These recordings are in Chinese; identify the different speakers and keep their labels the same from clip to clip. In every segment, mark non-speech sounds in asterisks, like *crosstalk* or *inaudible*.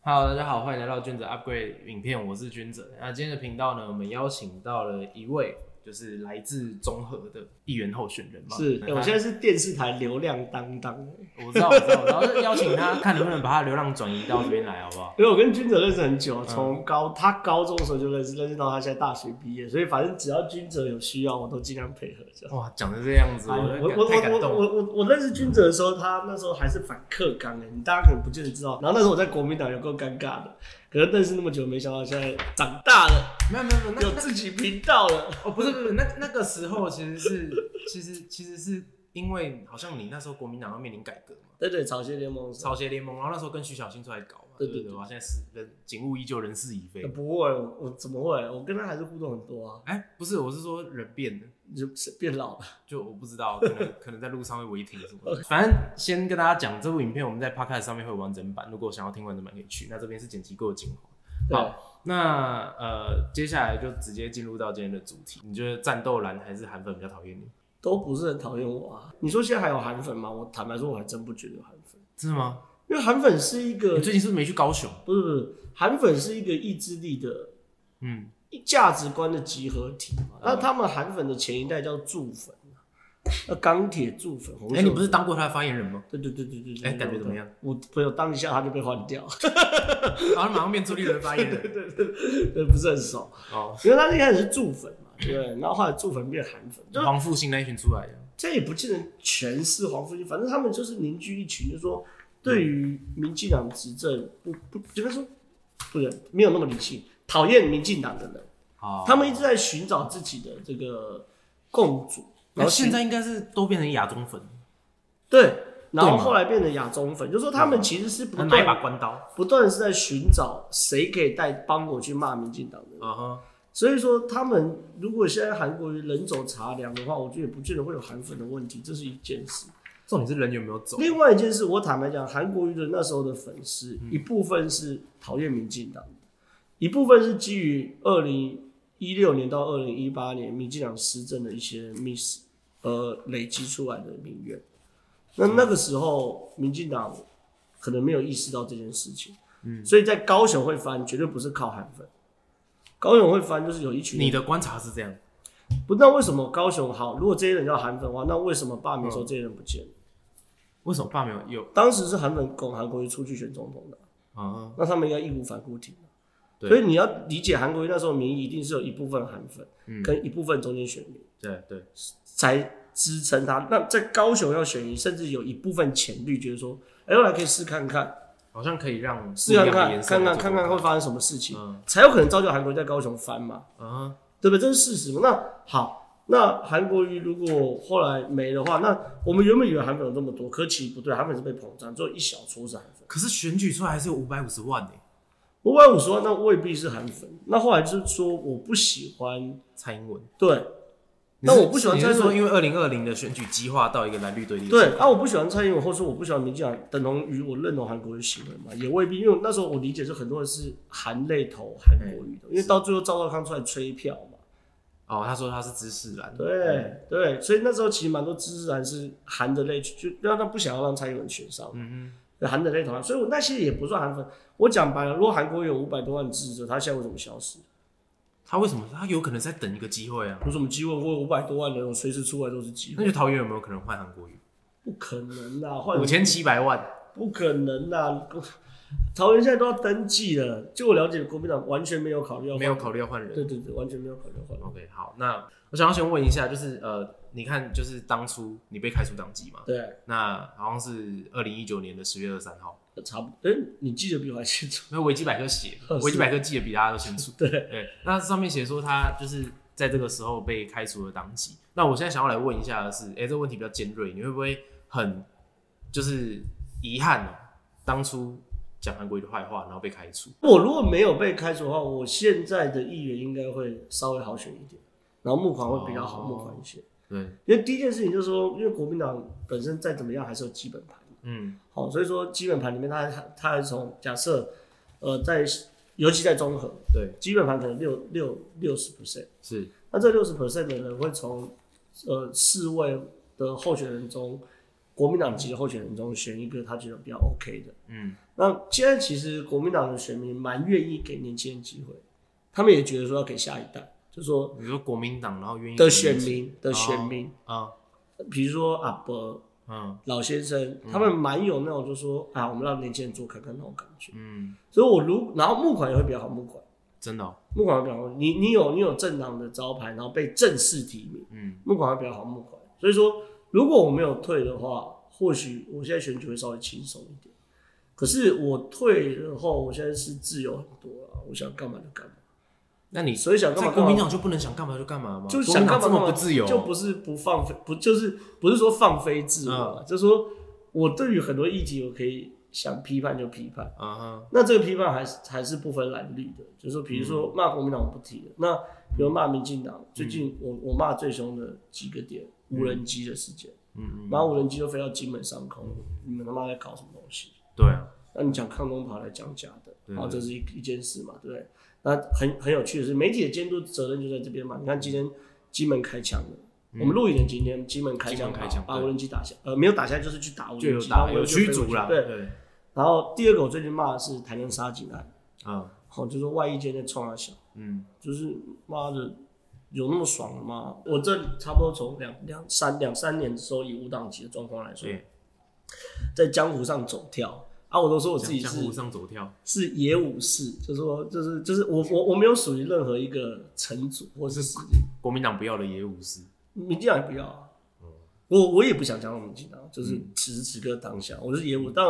Speaker 1: Hello，大家好，欢迎来到君子 Upgrade 影片，我是君子。那今天的频道呢，我们邀请到了一位就是来自中和的议员候选人嘛。
Speaker 2: 是，
Speaker 1: 那
Speaker 2: 欸我
Speaker 1: 他
Speaker 2: 现在是电视台流量担当、欸
Speaker 1: 我知道，我知道，然后就邀请他看能不能把他流量转移到这边来，好不 *laughs* 好？
Speaker 2: 因为我跟君哲认识很久，
Speaker 1: 嗯
Speaker 2: 从高、他高中的时候就认识，认识到他现在大学毕业，所以反正只要君哲有需要，我都尽量配合这样。
Speaker 1: 哇，讲成这样子，
Speaker 2: 我
Speaker 1: 我
Speaker 2: 我我
Speaker 1: 太感
Speaker 2: 我
Speaker 1: 动了。
Speaker 2: 我我我认识君哲的时候，他那时候还是反克刚的，你大家可能不见得知道。然后那时候我在国民党有够尴尬的，可是认识那么久，没想到现在长大了，
Speaker 1: 没有没有没有，那
Speaker 2: 有
Speaker 1: 那
Speaker 2: 自己频道了。 *laughs*
Speaker 1: 哦，不是不是，那那个时候其实是其实其实是因为好像你那时候国民党要面临改革嘛，
Speaker 2: 对对，草鞋联盟
Speaker 1: 草协联盟，然后那时候跟徐小新出来搞嘛，
Speaker 2: 对
Speaker 1: 对
Speaker 2: 对
Speaker 1: 对，好像是人警务依旧，人事已非
Speaker 2: 欸。不会，我我怎么会？我跟他还是互动很多啊，
Speaker 1: 哎，不是，我是说人变了。
Speaker 2: 就是变老了。
Speaker 1: 就我不知道，可 *laughs* 能可能在路上会违停什么的。反正先跟大家讲，这部影片我们在 podcast 上面会有完整版，如果想要听完整版可以去。那这边是剪辑过的精华。
Speaker 2: 对。
Speaker 1: 那呃，接下来就直接进入到今天的主题。你觉得战斗蓝还是韩粉比较讨厌你？
Speaker 2: 都不是很讨厌我啊。你说现在还有韩粉吗？我坦白说，我还真不觉得有韩粉，
Speaker 1: 真的吗？
Speaker 2: 因为韩粉是一个
Speaker 1: 你最近是不是没去高雄？
Speaker 2: 不是不是韩粉是一个意志力的
Speaker 1: 嗯，
Speaker 2: 价值观的集合体嘛。那他们韩粉的前一代叫柱粉啊，那钢铁柱粉，红
Speaker 1: 哎、
Speaker 2: 色
Speaker 1: 你不是当过他的发言人吗？
Speaker 2: 对对对对对对，
Speaker 1: 哎感觉怎么样？
Speaker 2: 我朋友当一下他就被换掉， *laughs*
Speaker 1: 好啊像马上变朱立伦发 *laughs* 言人。
Speaker 2: 对，不是很熟，
Speaker 1: 哦，
Speaker 2: 因为他一开始是柱粉嘛，对不对？然后后来柱粉变韩粉，就是
Speaker 1: 黄复兴那一群出来的。
Speaker 2: 这也不见得全是黄复兴，反正他们就是凝聚一群，就是说对于民进党执政不不，只能说不是没有那么理性，讨厌民进党的人，
Speaker 1: 好，
Speaker 2: 他们一直在寻找自己的这个共主，然
Speaker 1: 那
Speaker 2: 后
Speaker 1: 现
Speaker 2: 寻
Speaker 1: 在应该是都变成亚中粉，
Speaker 2: 对，然
Speaker 1: 对
Speaker 2: 后
Speaker 1: 嘛
Speaker 2: 后来变成亚中粉，就说他们其实是不
Speaker 1: 拿一把
Speaker 2: 断
Speaker 1: 关刀。
Speaker 2: 不断是在寻找谁可以带帮我去骂民进党的人。
Speaker 1: 嗯哼，
Speaker 2: 所以说，他们如果现在韩国瑜人走茶凉的话，我觉得也不见得会有韩粉的问题，这是一件事。
Speaker 1: 重点是人有没有走。
Speaker 2: 另外一件事，我坦白讲，韩国瑜的那时候的粉丝，一部分是讨厌民进党的，一部分是基于二零一六年到二零一八年民进党施政的一些 miss 而累积出来的民怨。那那个时候，民进党可能没有意识到这件事情，嗯，所以在高雄会翻，绝对不是靠韩粉。高雄会翻，就是有一群
Speaker 1: 你的观察是这样。
Speaker 2: 不，那为什么高雄好？如果这些人叫韩粉的话，那为什么罢免之后这些人不见了？
Speaker 1: 为什么罢免有？
Speaker 2: 当时是韩粉拱韩国瑜出去选总统的，
Speaker 1: 啊，
Speaker 2: 那他们应该义无反顾挺。
Speaker 1: 对
Speaker 2: 所以你要理解韩国瑜那时候民意，一定是有一部分韩粉
Speaker 1: 嗯
Speaker 2: 跟一部分中间选民
Speaker 1: 对对，
Speaker 2: 才支撑他。那在高雄要选赢，甚至有一部分浅绿觉得说，哎、我来可以试看看，
Speaker 1: 好像可以让
Speaker 2: 试看
Speaker 1: 不一样的
Speaker 2: 看，
Speaker 1: 颜色
Speaker 2: 看
Speaker 1: 来
Speaker 2: 看
Speaker 1: 做
Speaker 2: 看看会发生什么事情，
Speaker 1: 嗯
Speaker 2: 才有可能造就韩国瑜在高雄翻嘛，
Speaker 1: 啊，
Speaker 2: 对不对？这是事实嘛。那好，那韩国瑜如果后来没的话，那我们原本以为韩粉有这么多，可其实不对，韩粉是被膨胀，只有一小撮是韩粉。
Speaker 1: 可是选举出来还是有五百五十万呢、
Speaker 2: 五百五十万那未必是韩粉，那后来就是说我不喜欢，
Speaker 1: 蔡英文，
Speaker 2: 对，那我不喜欢
Speaker 1: 你
Speaker 2: 蔡
Speaker 1: 是
Speaker 2: 英
Speaker 1: 说，
Speaker 2: 文，
Speaker 1: 因为二零二零的选举激化到一个蓝绿对立的
Speaker 2: 对
Speaker 1: 情，
Speaker 2: 啊，我不喜欢蔡英文，或者说我不喜欢民进党，等同于我认同韩国瑜行为嘛，也未必，因为那时候我理解是很多人是含泪投韩国瑜的，因为到最后赵少康出来吹票嘛，
Speaker 1: 况。哦，他说他是知识蓝，
Speaker 2: 对对，所以那时候其实蛮多知识人是含着泪去，就让他不想要让蔡英文选上，
Speaker 1: 嗯
Speaker 2: 含着泪投他，所以我那些也不算韩粉，我讲白了，如果韩国瑜有五百多万支持者，他现在为什么消失？
Speaker 1: 哼，他为什么他有可能在等一个机会啊？
Speaker 2: 有什么机会？我有五百多万人，我随时出来都是机会
Speaker 1: 那。就桃园有没有可能换韩国瑜？
Speaker 2: 不可能啦，换
Speaker 1: 五千七百万，
Speaker 2: 不可能啦！不桃园现在都要登记了，就我了解，国民党完全没有考虑要换
Speaker 1: 没有，考虑要换人。
Speaker 2: 对对对，完全没有考虑要换。
Speaker 1: OK，好，那我想要先问一下，就是呃，你看，就是当初你被开除党籍嘛？
Speaker 2: 对，
Speaker 1: 那好像是二零一九年的十月二十三号，
Speaker 2: 差不多。哎、你记得比我还清楚。 *laughs*
Speaker 1: 那维基百科写的，
Speaker 2: 哦是
Speaker 1: 维基百科记得比大家都清楚。
Speaker 2: 对，
Speaker 1: 对，那上面写说他就是在这个时候被开除了党籍。那我现在想要来问一下的是，哎、这个问题比较尖锐，你会不会很就是遗憾哦、当初讲韩国瑜的坏话，然后被开除？
Speaker 2: 我如果没有被开除的话，我现在的议员应该会稍微好选一点，然后募款会比较好
Speaker 1: 哦
Speaker 2: 募款一些。
Speaker 1: 对，
Speaker 2: 因为第一件事情就是说，因为国民党本身再怎么样还是有基本盘嘛，
Speaker 1: 嗯
Speaker 2: 好、所以说基本盘里面它它它还从假设，呃，在尤其在综合
Speaker 1: 对
Speaker 2: 基本盘可能六六六十 percent，
Speaker 1: 是
Speaker 2: 那这六十 percent 的人会从呃四位的候选人中，国民党籍的候选人中选一个他觉得比较 OK 的。
Speaker 1: 嗯
Speaker 2: 那现在其实国民党的选民蛮愿意给年轻人机会，他们也觉得说要给下一代，就说
Speaker 1: 你说国民党然后愿意
Speaker 2: 的选民的选民，
Speaker 1: 啊
Speaker 2: 比如说阿伯
Speaker 1: 嗯
Speaker 2: 老先生，他们蛮有那种就说啊，我们让年轻人做看看那种感觉。
Speaker 1: 嗯
Speaker 2: 所以我如然后募款也会比较好募款，
Speaker 1: 真的哦
Speaker 2: 募款会比较好，你你有你有政党的招牌，然后被正式提名，
Speaker 1: 嗯
Speaker 2: 募款会比较好募款。所以说，如果我没有退的话，或许我现在选举会稍微轻松一点。可是我退了后，我现在是自由很多了，我想干嘛就干嘛。
Speaker 1: 那你
Speaker 2: 所以想干
Speaker 1: 在
Speaker 2: 嘛
Speaker 1: 国
Speaker 2: 干嘛
Speaker 1: 民，党就不能想干嘛就干嘛吗？
Speaker 2: 就
Speaker 1: 国
Speaker 2: 想
Speaker 1: 民党
Speaker 2: 干嘛
Speaker 1: 这
Speaker 2: 干嘛
Speaker 1: 么不自由，
Speaker 2: 就不是不放飞，不就是不是说放飞自我
Speaker 1: 嗯
Speaker 2: 啊，就是说我对于很多议题，我可以想批判就批判。
Speaker 1: 啊哈
Speaker 2: 那这个批判还是还是不分蓝绿的，就是说比如
Speaker 1: 嗯
Speaker 2: 说骂国民党我不提了，那比如骂民进党，最近我我骂最凶的几个点，无人机的事件，
Speaker 1: 嗯嗯
Speaker 2: 然后无人机就飞到金门上空，你们他妈在搞什么东西？
Speaker 1: 对啊
Speaker 2: 那你讲抗中跑来讲假的，
Speaker 1: 对
Speaker 2: 然后这是一一件事嘛，对不对？那很很有趣的是，媒体的监督责任就在这边嘛。你看今天金门开枪了，我们录影的今天金门开枪
Speaker 1: 嗯金门
Speaker 2: 把，
Speaker 1: 开枪
Speaker 2: 把
Speaker 1: 对
Speaker 2: 无人机打下，呃，没有打下就是去打无
Speaker 1: 就
Speaker 2: 人
Speaker 1: 有
Speaker 2: 机，然
Speaker 1: 打
Speaker 2: 后无
Speaker 1: 有
Speaker 2: 人机就飞
Speaker 1: 驱
Speaker 2: 过
Speaker 1: 逐
Speaker 2: 去
Speaker 1: 啦
Speaker 2: 对。
Speaker 1: 对
Speaker 2: 然后第二个我最近骂的是台南杀警案，
Speaker 1: 啊
Speaker 2: 好，就是外衣间在冲他笑，
Speaker 1: 嗯
Speaker 2: 就是妈的。有那么爽的吗？我这差不多从两两三两三年的时候，以无党籍的状况来说，
Speaker 1: 对
Speaker 2: 在江湖上走跳啊，我都说我自己
Speaker 1: 江
Speaker 2: 是
Speaker 1: 湖上走跳
Speaker 2: 是野武士，就说就是就是我我我没有属于任何一个城主或是
Speaker 1: 国民党不要的也无私
Speaker 2: 民进党也不要啊，
Speaker 1: 嗯
Speaker 2: 我我也不想加入民进党，就是此时此刻当下我是野武，但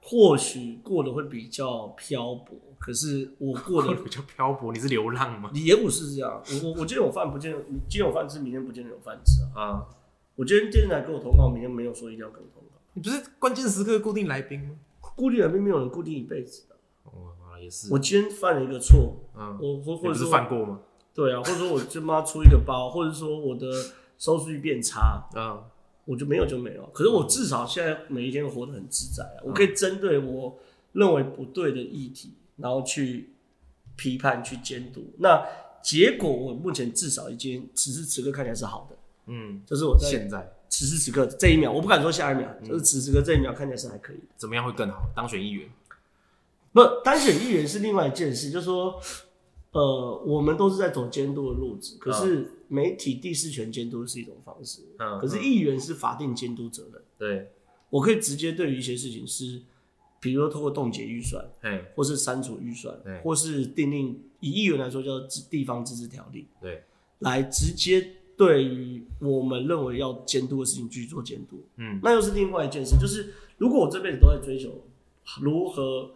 Speaker 2: 或许过得会比较漂泊，可是我
Speaker 1: *laughs* 过
Speaker 2: 过得
Speaker 1: 得比较漂泊，你是流浪吗？
Speaker 2: 野武士是这样，我我我今天有饭不见，今天有饭吃，明天不见得有饭吃啊。
Speaker 1: 啊，
Speaker 2: 我今天电视台给我投稿，明天没有说一定要给我投稿，
Speaker 1: 你不是关键时刻固定来宾吗？
Speaker 2: 固定来宾没有人固定一辈子的。
Speaker 1: 哦，好啦也是，
Speaker 2: 我今天犯了一个错，
Speaker 1: 嗯，
Speaker 2: 我或
Speaker 1: 你
Speaker 2: 或
Speaker 1: 不
Speaker 2: 者
Speaker 1: 是
Speaker 2: 说
Speaker 1: 犯过吗？
Speaker 2: 对啊，或者说我就妈出一个包，或者说我的收视率变差，
Speaker 1: 嗯，
Speaker 2: 我就没有就没有。可是我至少现在每一天活得很自在啊，我
Speaker 1: 嗯
Speaker 2: 可以针对我认为不对的议题，然后去批判、去监督。那结果我目前至少已经此时此刻看起来是好的，
Speaker 1: 嗯，
Speaker 2: 就是我在
Speaker 1: 现在
Speaker 2: 此时此刻这一秒，我不敢说下一秒，就是此时此刻这一秒看起来是还可以的。
Speaker 1: 怎么样会更好？当选议员，
Speaker 2: 不，当选议员是另外一件事，就是说，呃，我们都是在走监督的路子，可是媒体第四权监督是一种方式，
Speaker 1: 嗯
Speaker 2: 可是议员是法定监督责任，
Speaker 1: 对，
Speaker 2: 我可以直接对于一些事情是，比如说透过冻结预算，
Speaker 1: 哎，
Speaker 2: 或是删除预算
Speaker 1: 对，
Speaker 2: 或是订定以议员来说叫自地方自治条例，
Speaker 1: 对，
Speaker 2: 来直接对于我们认为要监督的事情去做监督，
Speaker 1: 嗯
Speaker 2: 那又是另外一件事，就是如果我这辈子都在追求如何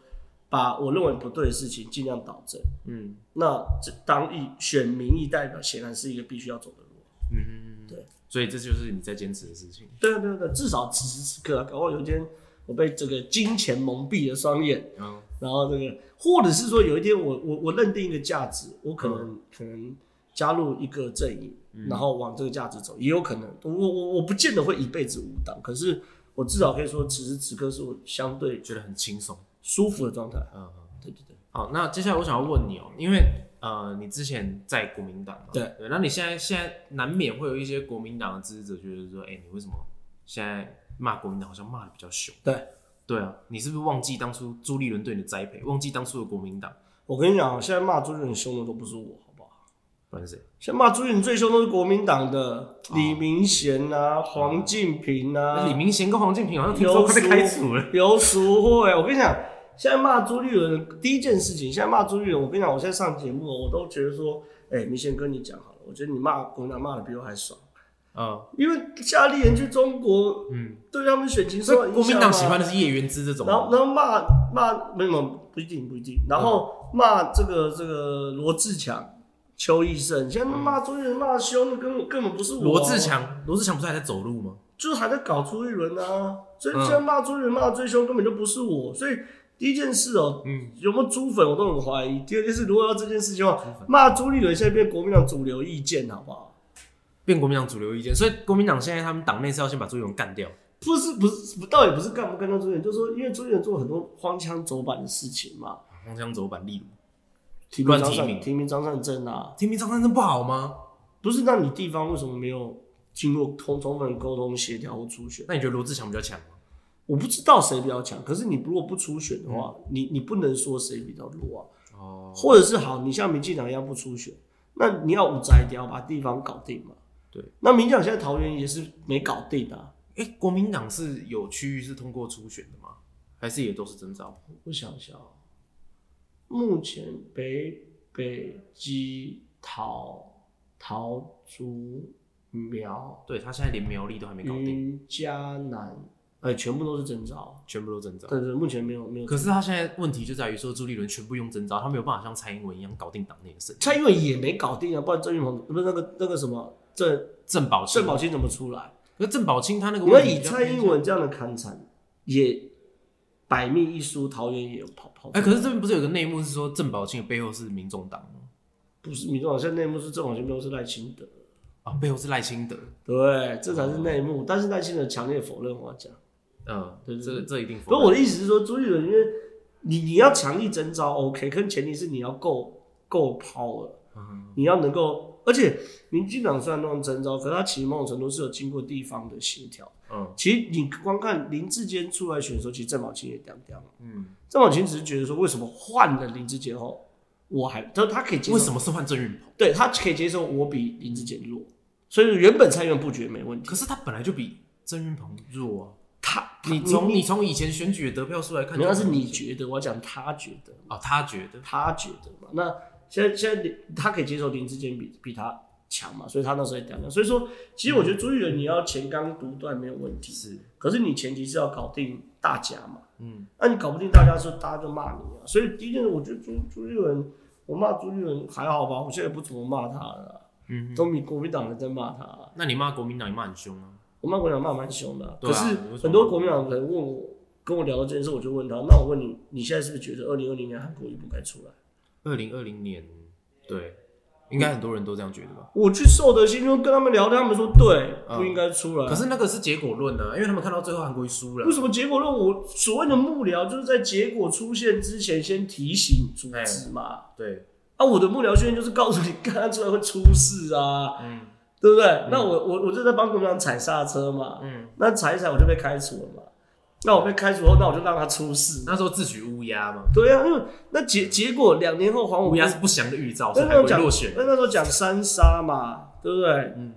Speaker 2: 把我认为不对的事情尽量导正，
Speaker 1: 嗯
Speaker 2: 那这当议选民意代表显然是一个必须要走的路。
Speaker 1: 嗯，
Speaker 2: 对，
Speaker 1: 所以这就是你在坚持的事情，
Speaker 2: 对啊，对啊，对啊，至少此时此刻、啊，搞不好有一天我被这个金钱蒙蔽了双眼，
Speaker 1: 嗯
Speaker 2: 然后这个，或者是说有一天我我我认定一个价值，我可能、可能加入一个阵营，然后往这个价值走，也有可能。我我我不见得会一辈子无党，可是我至少可以说，此时此刻是我相对
Speaker 1: 觉得很轻松，
Speaker 2: 舒服的状态。
Speaker 1: 嗯嗯。
Speaker 2: 对对对，
Speaker 1: 好，那接下来我想要问你哦、因为呃，你之前在国民党嘛，
Speaker 2: 对
Speaker 1: 对，那你现在现在难免会有一些国民党的支持者觉得说，哎、你为什么现在骂国民党好像骂的比较凶？
Speaker 2: 对，
Speaker 1: 对啊，你是不是忘记当初朱立伦对你的栽培，忘记当初的国民党，
Speaker 2: 我跟你讲，现在骂朱立伦凶的都不是我，好不好？
Speaker 1: 不然是谁？
Speaker 2: 现在骂朱立伦最凶都是国民党的李明贤啊、黄进平啊、
Speaker 1: 那李明贤跟黄建平好像听说快被开除了。
Speaker 2: 刘淑慧，我跟你讲，现在骂朱立伦的第一件事情，现在骂朱立伦，我跟你讲，我现在上节目，我都觉得说，哎、明贤哥你讲好了，我觉得你骂国民党骂的比我还爽，
Speaker 1: 嗯，
Speaker 2: 因为夏立言去中国，
Speaker 1: 嗯
Speaker 2: 嗯，对他们选情受到
Speaker 1: 所以
Speaker 2: 影响
Speaker 1: 国民党喜欢
Speaker 2: 嘛
Speaker 1: 的是叶元之这种
Speaker 2: 然后，
Speaker 1: 吗，
Speaker 2: 然后骂骂没有不一定不一定，然后骂这个这个罗志强、邱医生，现在骂朱立伦骂得凶的根本根本不是我
Speaker 1: 罗志，强，罗志强不是还在走路吗？
Speaker 2: 就是还在搞朱立伦啊，所以
Speaker 1: 嗯
Speaker 2: 现在骂朱立伦骂的最凶根本就不是我，所以第一件事哦、
Speaker 1: 嗯
Speaker 2: 有没有猪粉我都很怀疑。第二件事，如果要这件事情的话，骂朱立伦现在变国民党主流意见好不好？
Speaker 1: 变国民党主流意见，所以国民党现在他们党内是要先把朱立伦干掉。
Speaker 2: 不是不是不，倒也不是干不干掉朱立伦，就是说因为朱立伦做了很多荒腔走板的事情嘛，
Speaker 1: 荒腔走板，例如
Speaker 2: 提名
Speaker 1: 乱
Speaker 2: 张
Speaker 1: 提
Speaker 2: 善
Speaker 1: 名
Speaker 2: 提名张善政啊，
Speaker 1: 提名张三真不好吗？
Speaker 2: 不是？那你地方为什么没有经过充充分的沟通协调或初选？
Speaker 1: 那你觉得罗志祥比较强吗？
Speaker 2: 我不知道谁比较强，可是你如果不初选的
Speaker 1: 嗯
Speaker 2: 话，你你不能说谁比较弱啊，
Speaker 1: 哦，
Speaker 2: 或者是好，你像民进党一样不初选，那你要五宅调把地方搞定嘛。
Speaker 1: 对，
Speaker 2: 那民进党现在桃园也是没搞定啊，
Speaker 1: 哎、国民党是有区域是通过初选的吗？还是也都是征召？
Speaker 2: 我想想哦，目前北北基桃桃竹苗
Speaker 1: 对他现在连苗栗都还没搞定，
Speaker 2: 云嘉南，哎、全部都是征召。
Speaker 1: 全部都征召。
Speaker 2: 但是目前没有没有，
Speaker 1: 啊可是他现在问题就在于说，朱立伦全部用征召，他没有办法像蔡英文一样搞定党内的事。
Speaker 2: 蔡英文也没搞定啊，不然郑运鹏不是那个那个什么郑
Speaker 1: 郑宝
Speaker 2: 郑
Speaker 1: 清，
Speaker 2: 宝清怎么出来？
Speaker 1: 可是郑宝清他那个
Speaker 2: 因为
Speaker 1: 问题
Speaker 2: 以
Speaker 1: 比较
Speaker 2: 蔡
Speaker 1: 偏向，
Speaker 2: 英文这样的砍惨，也百密一疏，桃园也有跑跑。
Speaker 1: 哎、可是这边不是有个内幕是说郑宝清的背后是民众党吗？
Speaker 2: 不是民众党，现在内幕是郑宝清，没有是赖清德，
Speaker 1: 啊，背后是赖清德。
Speaker 2: 对，这才是内幕。
Speaker 1: 哦
Speaker 2: 但是赖清德强烈否认，我要讲。
Speaker 1: 嗯，
Speaker 2: 对对
Speaker 1: 这这一定
Speaker 2: 不
Speaker 1: 否
Speaker 2: 是
Speaker 1: 认。
Speaker 2: 我的意思是说，朱立伦，因为你你要强力征召 OK，可是前提是你要够够 power，
Speaker 1: 嗯
Speaker 2: 你要能够，而且民进党虽然弄征召，可是它其实某种程度是有经过地方的协调。
Speaker 1: 嗯
Speaker 2: 其实你光看林志坚出来选的时候，其实郑宝清也掉掉了。
Speaker 1: 嗯，
Speaker 2: 郑宝清只是觉得说，为什么换了林志坚后，我还他他可以接受，
Speaker 1: 为什么是换郑运鹏？
Speaker 2: 对他可以接受我比林志坚弱，所以原本蔡英文不觉得没问题。
Speaker 1: 可是他本来就比郑运鹏弱啊。
Speaker 2: 他
Speaker 1: 你从你从以前选举的得票数来看，
Speaker 2: 没有那是你觉得，我讲他觉得。
Speaker 1: 哦，他觉得
Speaker 2: 他觉得嘛。那现在现在林他可以接受林志坚比比他强嘛，所以他那时候也讲讲。所以说，其实我觉得朱立伦你要前刚独断没有问题，
Speaker 1: 是，
Speaker 2: 可是你前提是要搞定大家嘛。
Speaker 1: 嗯，
Speaker 2: 那你搞不定大家，就大家就骂你啊。所以第一件事，我觉得朱朱立伦，我骂朱立伦还好吧，我现在也不怎么骂他了、
Speaker 1: 嗯，
Speaker 2: 都比国民党人在骂他啊、
Speaker 1: 那你骂国民党，你骂很凶啊。
Speaker 2: 我骂国民党骂蛮凶的啊、
Speaker 1: 对
Speaker 2: 可
Speaker 1: 啊
Speaker 2: 是
Speaker 1: 有什么
Speaker 2: 很多国民党人问我。跟我聊到这件事，我就问他，那我问你，你现在是不是觉得二零二零年韩国瑜不该出来？
Speaker 1: 二零二零年，对，应该很多人都这样觉得吧？
Speaker 2: 我去寿德新村跟他们聊天，他们说对，
Speaker 1: 嗯
Speaker 2: 不应该出来。
Speaker 1: 可是那个是结果论啊呢，因为他们看到最后韩国瑜输了
Speaker 2: 为，什么结果论？我所谓的幕僚就是在结果出现之前先提醒阻止
Speaker 1: 哎
Speaker 2: 嘛。
Speaker 1: 对，
Speaker 2: 啊，我的幕僚训练就是告诉你， *laughs* 看他出来会出事啊，
Speaker 1: 嗯
Speaker 2: 对不对？那我我我就在帮国民党踩刹车嘛。
Speaker 1: 嗯，
Speaker 2: 那踩一踩我就被开除了嘛。那我被开除后，那我就让他出事。
Speaker 1: 那时候自取乌鸦嘛，
Speaker 2: 对啊，因为那结结果两年后还我
Speaker 1: 乌哦鸦是不祥的预兆，所以
Speaker 2: 那那
Speaker 1: 韩
Speaker 2: 时
Speaker 1: 国瑜
Speaker 2: 候讲
Speaker 1: 落选，，
Speaker 2: 那那时候讲三杀嘛，对不对？
Speaker 1: 嗯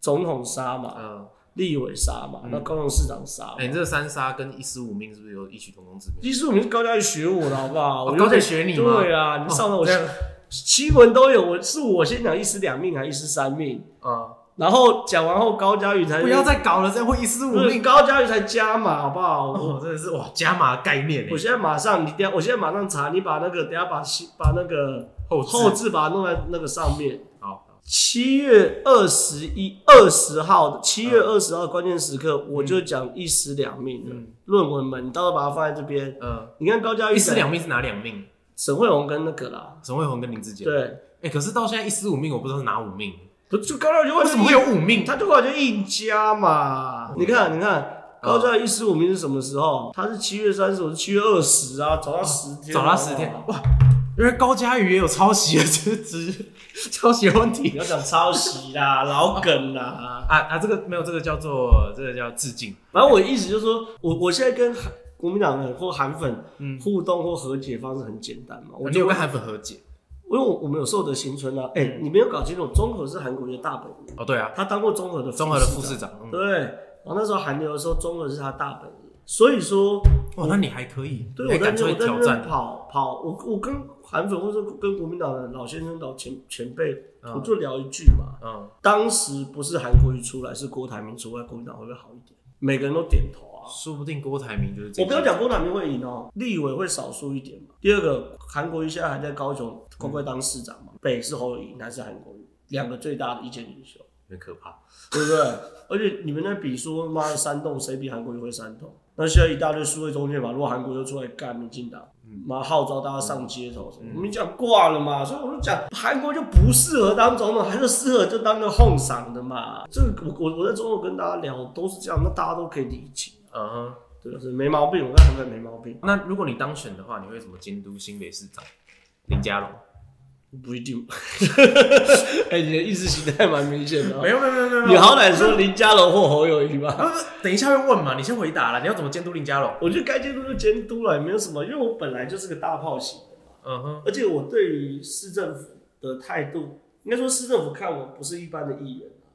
Speaker 2: 总统杀嘛，
Speaker 1: 嗯，
Speaker 2: 立委杀嘛，那高雄市长杀嘛。
Speaker 1: 哎，你这三杀跟一十五命是不是有异曲同工之妙？
Speaker 2: 其实我们是高嘉瑜学我的好不好？我
Speaker 1: 哦
Speaker 2: 又
Speaker 1: 高
Speaker 2: 在
Speaker 1: 在学你吗？
Speaker 2: 对啊，你上了我
Speaker 1: 哦这样
Speaker 2: 新闻都有，我是我先讲一尸两命还是一尸三命，
Speaker 1: 啊，
Speaker 2: 然后讲完后高嘉瑜才
Speaker 1: 不要再搞了，这样会一失五
Speaker 2: 不是
Speaker 1: 命。
Speaker 2: 高嘉瑜才加码好不好？我
Speaker 1: 哦，真的是哇，加码概念
Speaker 2: 我
Speaker 1: 哎，
Speaker 2: 现在马上，你等一下，我现在马上查，你把那个等一下把新把那个
Speaker 1: 后
Speaker 2: 后
Speaker 1: 置
Speaker 2: 置把它弄在那个上面。
Speaker 1: 好，
Speaker 2: 七月二十一、二十号的七月二十号关键时刻，我就讲一尸两命的
Speaker 1: 嗯
Speaker 2: 论文们，你到时候把它放在这边。
Speaker 1: 嗯，
Speaker 2: 你看高嘉瑜
Speaker 1: 一失两命是哪两命？
Speaker 2: 沈惠荣跟那个啦，
Speaker 1: 沈惠宏跟林志坚。
Speaker 2: 对，
Speaker 1: 哎、可是到现在一失五命，我不知道是哪五命，
Speaker 2: 不就高教
Speaker 1: *laughs*
Speaker 2: 就
Speaker 1: 为什么会有五命？
Speaker 2: 他就后来就硬加
Speaker 1: 啊
Speaker 2: 嘛？你看，你看，高教一十五名是什么时候？他是七月三十，我是七月二十啊，早他十天，
Speaker 1: 找他十天，。哇！原来高佳宇也有抄袭的资质， *laughs* 抄袭的问
Speaker 2: 你
Speaker 1: 题
Speaker 2: 要讲抄袭啦， *laughs* 老梗啦。
Speaker 1: 啊啊！这个没有，这个叫做这个叫致敬。
Speaker 2: 反正我的意思就是说，我我现在跟韩国民党人或韩粉
Speaker 1: 嗯
Speaker 2: 互动或和解方式很简单嘛，我
Speaker 1: 你有
Speaker 2: 就
Speaker 1: 跟韩粉和解
Speaker 2: 因为我我们有受德新村
Speaker 1: 嗯
Speaker 2: 啊，哎，你没有搞清楚，综合是韩国瑜的大本营，
Speaker 1: 哦，对啊，
Speaker 2: 他当过综合的
Speaker 1: 综合的副
Speaker 2: 市
Speaker 1: 市
Speaker 2: 长，
Speaker 1: 长。嗯、
Speaker 2: 对。然后那时候韩流的时候，综合是他大本营，所以说
Speaker 1: 哇，那你还可以，
Speaker 2: 对，
Speaker 1: 你还
Speaker 2: 我在
Speaker 1: 敢
Speaker 2: 那
Speaker 1: 出来
Speaker 2: 我在
Speaker 1: 挑
Speaker 2: 那边
Speaker 1: 战？
Speaker 2: 跑跑，我我跟韩粉或者跟国民党的老先生、老前前辈，
Speaker 1: 嗯
Speaker 2: 我就聊一句嘛。
Speaker 1: 嗯，
Speaker 2: 当时不是韩国瑜出来，是郭台铭出来，国民党会不会好一点？每个人都点头啊。
Speaker 1: 说不定郭台铭就是这样。
Speaker 2: 我不要讲郭台铭会赢哦，立委会少数一点嘛。第二个，韩国瑜现在还在高雄乖乖当市长嘛，北是侯友宜，南是韩国瑜，两个最大的意见领袖，
Speaker 1: 有点可怕。
Speaker 2: 对不对？而且你们在比说，妈的煽动谁比韩国瑜会煽动？那现在一大堆数位中介嘛，如果韩国又出来干民进党，
Speaker 1: 嗯
Speaker 2: 妈号召大家上街头什么，民进党挂了嘛，所以我就讲韩国就不适合当总统，还是适合就当个哄嗓的嘛。这个我我我在中国跟大家聊都是这样，那大家都可以理解，啊
Speaker 1: 嗯哼。
Speaker 2: 对吧？是没毛病，我跟韩国人没毛病，
Speaker 1: 那如果你当选的话，你会怎么监督新北市长林佳龙？
Speaker 2: 不一定。 *laughs* 哎、你的意识形态蛮明显的哦、
Speaker 1: 没有没有没有没有，
Speaker 2: 你好歹说林佳龙或侯友谊吧。
Speaker 1: 啊，等一下会问嘛，你先回答了，你要怎么监督林佳龙？
Speaker 2: 我觉得该监督就监督了，也没有什么，因为我本来就是个大炮型的嘛，
Speaker 1: 嗯哼，
Speaker 2: 而且我对于市政府的态度，应该说市政府看我不是一般的议员啊，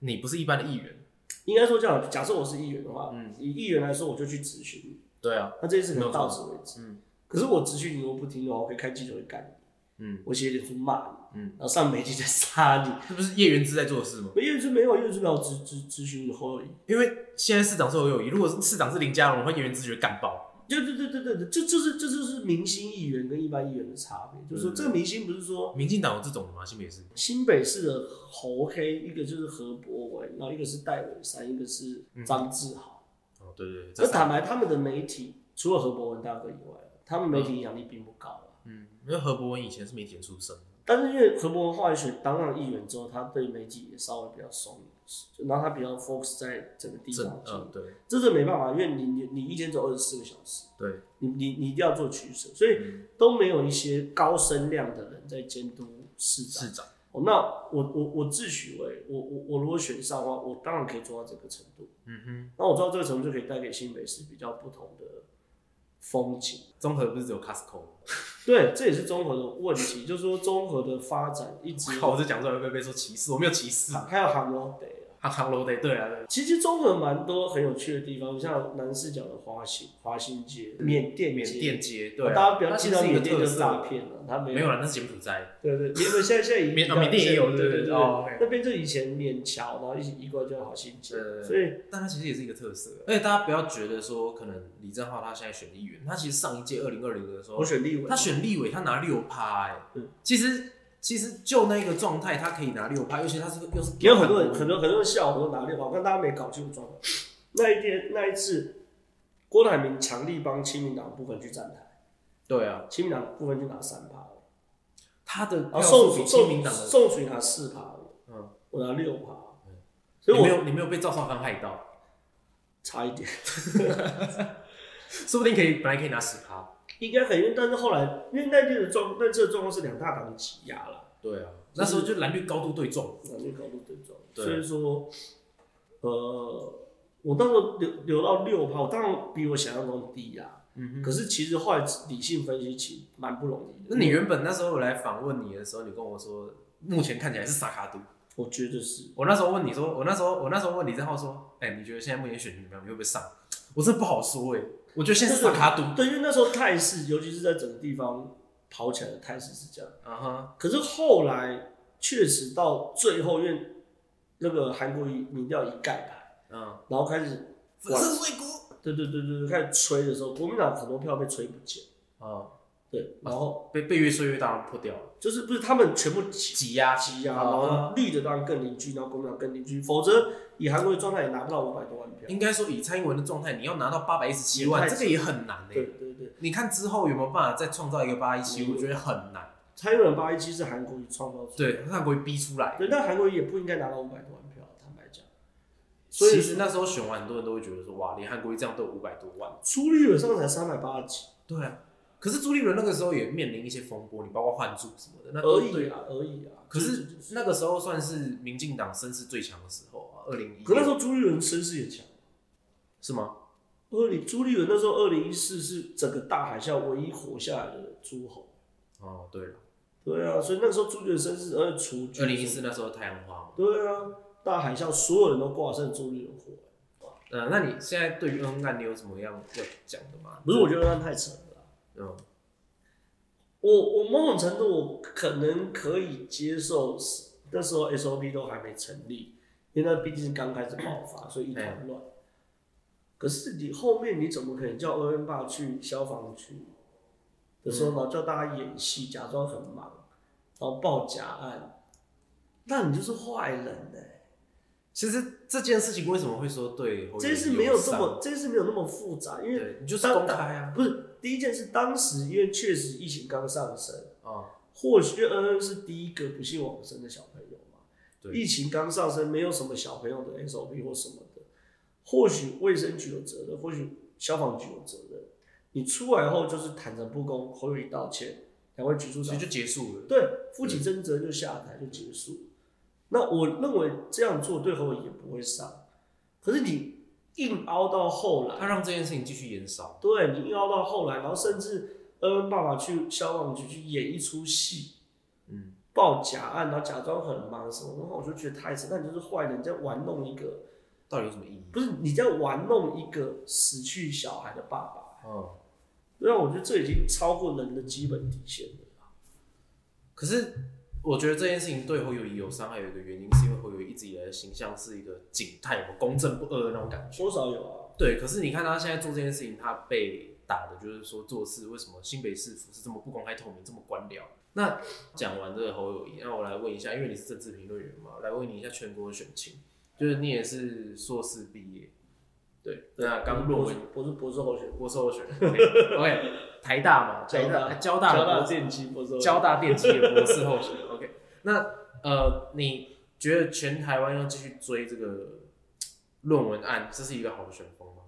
Speaker 1: 你不是一般的议员，
Speaker 2: 应该说这样，假设我是议员的话，
Speaker 1: 嗯
Speaker 2: 以议员来说，我就去咨询你，
Speaker 1: 对啊，
Speaker 2: 那这件事可
Speaker 1: 没有
Speaker 2: 能
Speaker 1: 错
Speaker 2: 到此为止。
Speaker 1: 嗯
Speaker 2: 可是我咨询你，如果不听的话，我可以开记者会干你，
Speaker 1: 嗯，
Speaker 2: 我写脸书骂你，
Speaker 1: 嗯，
Speaker 2: 然后上媒体再杀你。
Speaker 1: 这不是叶元之在做的事吗？
Speaker 2: 没叶志没有，叶志没有咨咨咨询侯友谊，
Speaker 1: 因为现在市长是侯友谊，如果是市长是林佳龙，我会叶元之觉得干爆。
Speaker 2: 对对对对对对，这就是这就是明星议员跟一般议员的差别，
Speaker 1: 嗯
Speaker 2: 就是说这个明星不是说。
Speaker 1: 民进党有这种的吗？新北市？
Speaker 2: 新北市的侯黑，一个就是何伯文，然后一个是戴伟山，一个是张志豪。
Speaker 1: 哦，对对对，这
Speaker 2: 那、
Speaker 1: 三
Speaker 2: 坦白，他们的媒体除了何伯文大哥以外，他们媒体影响力并不高、啊
Speaker 1: 嗯，因为何伯文以前是媒体人出身，
Speaker 2: 但是因为何伯文后来选当上议员之后，他对媒体也稍微比较松一点，然后他比较 focus 在整个地
Speaker 1: 正
Speaker 2: 方经
Speaker 1: 嗯
Speaker 2: 营，
Speaker 1: 对
Speaker 2: 这是没办法，因为你你你一天只有二十四个小时，
Speaker 1: 对，
Speaker 2: 你你你一定要做取舍，所以
Speaker 1: 嗯
Speaker 2: 都没有一些高声量的人在监督市长。
Speaker 1: 市长，
Speaker 2: 哦，那我我我自诩为我我我如果选上的话，我当然可以做到这个程度。
Speaker 1: 嗯哼，
Speaker 2: 那我做到这个程度，就可以带给新北市比较不同的风景。
Speaker 1: 综合不是只有 Costco 吗。
Speaker 2: 对，这也是综合的问题，就是说综合的发展一直
Speaker 1: 靠，我这讲出来会被说歧视，我没有歧视。啊
Speaker 2: 还有杭州北啊。
Speaker 1: *laughs* 哈康楼得对啊，对
Speaker 2: 其实综合蛮多很有趣的地方，像南势角的华新华新街、缅
Speaker 1: 嗯
Speaker 2: 甸
Speaker 1: 缅
Speaker 2: 街
Speaker 1: 甸街，对啊，
Speaker 2: 大家不要记到
Speaker 1: 那是一
Speaker 2: 缅
Speaker 1: 个
Speaker 2: 甸就
Speaker 1: 特
Speaker 2: 是诈
Speaker 1: 色。
Speaker 2: 骗了，他没
Speaker 1: 没有了，那是柬埔寨。
Speaker 2: 对对，缅甸现在现在移
Speaker 1: 缅哦缅甸也有
Speaker 2: 对
Speaker 1: 对对
Speaker 2: 对
Speaker 1: 哦，OK
Speaker 2: 那边就以前缅侨，然后一起移过来叫华新街
Speaker 1: 对对，对
Speaker 2: 所以
Speaker 1: 但它其实也是一个特色，而且大家不要觉得说，可能李正浩他现在选议员，他其实上一届二零二零的时候
Speaker 2: 我，选立委，
Speaker 1: 他选立委他拿六趴，哎、
Speaker 2: 嗯
Speaker 1: 其实其实就那个状态，他可以拿六趴，尤其他是又是
Speaker 2: 也有很多人很多很多人笑我拿六号，但大家没搞清楚状况。那一天那一次，郭台铭强力帮亲民党部分去站台，
Speaker 1: 对啊，
Speaker 2: 亲民党部分就拿三趴，
Speaker 1: 他的
Speaker 2: 然后
Speaker 1: 票
Speaker 2: 宋
Speaker 1: 数
Speaker 2: 楚
Speaker 1: 比
Speaker 2: 宋
Speaker 1: 亲民党的，
Speaker 2: 宋楚瑜拿四趴，
Speaker 1: 嗯，
Speaker 2: 我拿六趴，
Speaker 1: 你
Speaker 2: 所以
Speaker 1: 没
Speaker 2: 我
Speaker 1: 有你没有被赵少康害到，
Speaker 2: 差一点，
Speaker 1: 说不定可以本来可以拿十趴，
Speaker 2: 应该很因为，但是后来因为那天的状，那次的状况是两大党挤压了，
Speaker 1: 对啊，那时候就蓝绿高度对撞，
Speaker 2: 那就搞不对状，
Speaker 1: 对
Speaker 2: 所以说，呃，我那时候留留到六趴，我当然比我想象中低呀、
Speaker 1: 嗯
Speaker 2: 可是其实后来理性分析，其实蛮不容易
Speaker 1: 那
Speaker 2: 的。
Speaker 1: 你原本那时候我来访问你的时候，你跟我说，目前看起来是萨卡杜。
Speaker 2: 我觉得是，
Speaker 1: 我那时候问你说，我那时候我那时候问李正浩说，哎、你觉得现在目前选情怎么样？你会不会上？我真的不好说哎、我觉得现在是萨卡赌，
Speaker 2: 对，因为那时候态势，尤其是在整个地方跑起来的态势是这样。
Speaker 1: 啊哈，
Speaker 2: 可是后来确实到最后，因为那个韩国瑜民调一盖牌，
Speaker 1: 嗯，
Speaker 2: 然后开始，
Speaker 1: 粉身碎骨，
Speaker 2: 对对对对对，开始吹的时候，国民党很多票被吹不见。哦
Speaker 1: 啊，
Speaker 2: 对，然后
Speaker 1: 被被越吹越大，破掉了，
Speaker 2: 就是不是他们全部挤
Speaker 1: 挤压，
Speaker 2: 挤压，
Speaker 1: 啊
Speaker 2: 然后绿的当然更邻居，然后国民党更邻居，否则以韩国的状态也拿不到五百多万票。
Speaker 1: 应该说以蔡英文的状态，你要拿到八百一十七万，
Speaker 2: 也
Speaker 1: 这
Speaker 2: 太
Speaker 1: 个也很难哎、
Speaker 2: 对对对，
Speaker 1: 你看之后有没有办法再创造一个八一七？
Speaker 2: 嗯
Speaker 1: 我觉得很难，
Speaker 2: 蔡英文八一七是韩国瑜创造出来的
Speaker 1: 对，他国会逼出来。
Speaker 2: 对，但韩国瑜也不应该拿到五百多万票，坦白讲，所以
Speaker 1: 其实那时候选完，很多人都会觉得说，哇，连韩国瑜这样都有五百多万，
Speaker 2: 朱立伦上才三百八十几
Speaker 1: 对啊。可是朱立伦那个时候也面临一些风波，你包括换柱什么的，那都
Speaker 2: 而
Speaker 1: 对
Speaker 2: 已啊，而已啊。
Speaker 1: 可
Speaker 2: 就是
Speaker 1: 那个时候算是民进党声势最强的时候啊，二零一，
Speaker 2: 可那时候朱立伦声势也强，
Speaker 1: 是吗？
Speaker 2: 二零朱立伦那时候二零一四是整个大海啸唯一活下来的诸侯。
Speaker 1: 哦，对了，
Speaker 2: 对啊，所以那时候朱立伦声势而且除
Speaker 1: 二
Speaker 2: 军
Speaker 1: 零一，四那时候太阳花嘛，
Speaker 2: 对啊，大海啸所有人都挂剩朱立伦火。
Speaker 1: 呃，那你现在对于恩案你有什么样要讲的吗？
Speaker 2: 不是，我觉得那太扯了啦。
Speaker 1: 嗯，
Speaker 2: 我我某种程度我可能可以接受是，那时候 SOP 都还没成立，因为那毕竟是刚开始爆发，所以一团乱。可是你后面你怎么可能叫欧文爸去消防局的
Speaker 1: 嗯
Speaker 2: 时候，然后叫大家演戏，假装很忙，然后报假案，那你就是坏人呢、欸
Speaker 1: 其实这件事情为什么会说对侯友宜
Speaker 2: 这件事没有这
Speaker 1: 伤
Speaker 2: 么，这件事没有那么复杂，因为
Speaker 1: 对，你就是公开啊，
Speaker 2: 不是第一件事，当时因为确实疫情刚上升，
Speaker 1: 哦，
Speaker 2: 或许恩恩是第一个不幸往生的小朋友嘛。
Speaker 1: 对
Speaker 2: 疫情刚上升，没有什么小朋友的 SOP 或什么的，或许卫生局有责任，或许消防局有责任。你出来后就是坦诚不公，侯友宜道歉，两位局处
Speaker 1: 所
Speaker 2: 长
Speaker 1: 以就结束了。
Speaker 2: 对负起真责任就下台就结束。那我认为这样做对侯友宜也不会伤，可是你硬凹到后来，
Speaker 1: 他让这件事情继续延烧，
Speaker 2: 对你硬凹到后来，然后甚至恩恩爸爸去消防局去演一出戏，
Speaker 1: 嗯，
Speaker 2: 报假案，然后假装很忙什么，然后我就觉得太扯，那你就是坏人，你在玩弄一个，
Speaker 1: 到底有什么意义？
Speaker 2: 不是你在玩弄一个死去小孩的爸爸，
Speaker 1: 哦，
Speaker 2: 对啊，我觉得这已经超过人的基本底线了。
Speaker 1: 可是我觉得这件事情对侯友谊有伤害，有一个原因是因为侯友宜一直以来的形象是一个警探，有公正不阿的那种感觉。
Speaker 2: 多少有啊，
Speaker 1: 对，可是你看他现在做这件事情，他被打的就是说做事为什么新北市府是这么不公开透明，这么官僚？那讲完这个侯友谊，那我来问一下，因为你是政治评论员嘛，来问你一下全国的选情，就是你也是硕士毕业，对，那刚论文
Speaker 2: 博士博士候选人，
Speaker 1: 我候选人 OK，OK，台 *laughs* 大嘛，
Speaker 2: 交
Speaker 1: 台
Speaker 2: 大
Speaker 1: 大交大的博
Speaker 2: 大
Speaker 1: 士
Speaker 2: 电机博士候选人
Speaker 1: 交大电机的博士候选人 OK，那呃，你觉得全台湾要继续追这个论文案，这是一个好的选风吗？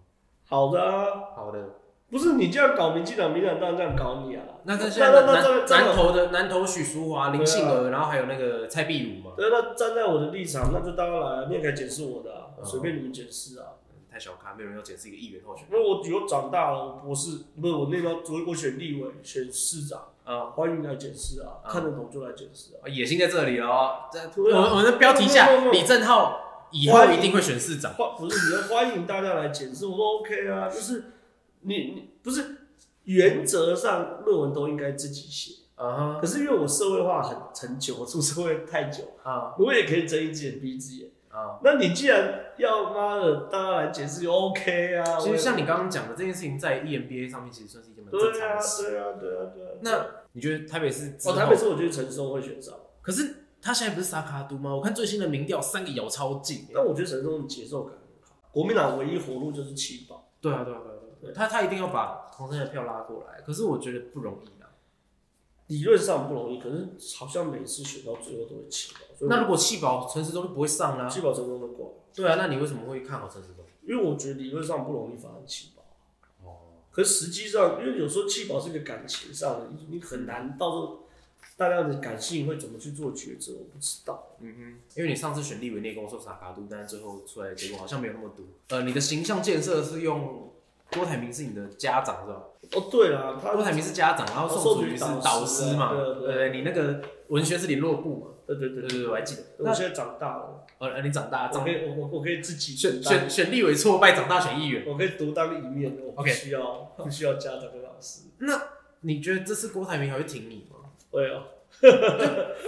Speaker 2: 好的啊，
Speaker 1: 好的，
Speaker 2: 不是你这样搞民进党，民进党当然这样搞你啊。
Speaker 1: 那
Speaker 2: 那
Speaker 1: 在现在
Speaker 2: 那
Speaker 1: 南
Speaker 2: 站站
Speaker 1: 南
Speaker 2: 在
Speaker 1: 投的南投许淑
Speaker 2: 啊
Speaker 1: 华、林信娥，然后还有那个蔡壁如嘛，
Speaker 2: 对，那站在我的立场，那就当然了，你也可以解释我的啊，
Speaker 1: 嗯
Speaker 2: 随便你们解释啊。
Speaker 1: 嗯太小咖，没有人要解释一个议员候选人
Speaker 2: 因为我以后长大了，我博士不是我那招，我我选立委、选市长，
Speaker 1: 啊。
Speaker 2: 欢迎来解释啊，
Speaker 1: 嗯
Speaker 2: 看得懂就来解释啊。
Speaker 1: 野心在这里了哦，在我
Speaker 2: 对啊
Speaker 1: 我们的标题
Speaker 2: 没有没
Speaker 1: 下，
Speaker 2: 有没
Speaker 1: 李
Speaker 2: 有
Speaker 1: 正浩以后一定会选市长。
Speaker 2: 欢不是你要欢迎大家来解释，我说 OK 啊，就是你你不是原则上论文都应该自己写，
Speaker 1: 啊
Speaker 2: 可是因为我社会化很很久，我出社会太久，
Speaker 1: 哈啊
Speaker 2: 我也可以睁一只眼闭一只眼。
Speaker 1: 啊！
Speaker 2: 那你既然要妈的大家来解释就 OK 啊，
Speaker 1: 其
Speaker 2: 我也
Speaker 1: 实像你刚刚讲的这件事情，在 E EMBA 上面其实算是一件蛮
Speaker 2: 对
Speaker 1: 正常
Speaker 2: 啊
Speaker 1: 的事。
Speaker 2: 对啊对啊对啊。
Speaker 1: 那你觉得台北市之
Speaker 2: 哦，
Speaker 1: 后？
Speaker 2: 台北市我觉得陈松会选上。
Speaker 1: 可是他现在不是沙卡都吗？我看最新的民调，三个咬超近耶。
Speaker 2: 但我觉得陈松的节奏感很好。国民党唯一活路就是气爆，
Speaker 1: 对啊，对啊，对啊，对啊他他一定要把黄珊珊的票拉过来，可是我觉得不容易啊。
Speaker 2: 理论上不容易，可是好像每次选到最后都会气爆。所以
Speaker 1: 那如果弃保陈时中就不会上啦、
Speaker 2: 我气爆成功的挂，
Speaker 1: 对啊，那你为什么会看好陈时中？
Speaker 2: 因为我觉得理论上不容易发生气爆。
Speaker 1: 哦，
Speaker 2: 可实际上，因为有时候气保是一个感情上的，你你很难到时候大家的感性会怎么去做抉择，我不知道。
Speaker 1: 嗯哼，因为你上次选立委内功说沙卡都，但是最后出来的结果好像没有那么多。呃，你的形象建设是用郭台铭是你的家长是吧？
Speaker 2: 哦，对啦，他
Speaker 1: 郭台铭是家长，然后宋楚瑜是导师嘛，
Speaker 2: 对
Speaker 1: 对
Speaker 2: 啊
Speaker 1: 不
Speaker 2: 对啊
Speaker 1: 对？你那个文学是联络部嘛，
Speaker 2: 对对
Speaker 1: 对
Speaker 2: 对
Speaker 1: 对对，我还记得。
Speaker 2: 我
Speaker 1: 那
Speaker 2: 现在长大了，
Speaker 1: 呃，你长大，
Speaker 2: 我
Speaker 1: 长
Speaker 2: 可以我我我可以自己
Speaker 1: 选
Speaker 2: 独当
Speaker 1: 选选立委挫败，长大选议员。
Speaker 2: 我可以独当一面，我不
Speaker 1: OK
Speaker 2: 需要不需要家长跟老师。
Speaker 1: 你觉得这次郭台铭还会挺你吗？
Speaker 2: 对啊。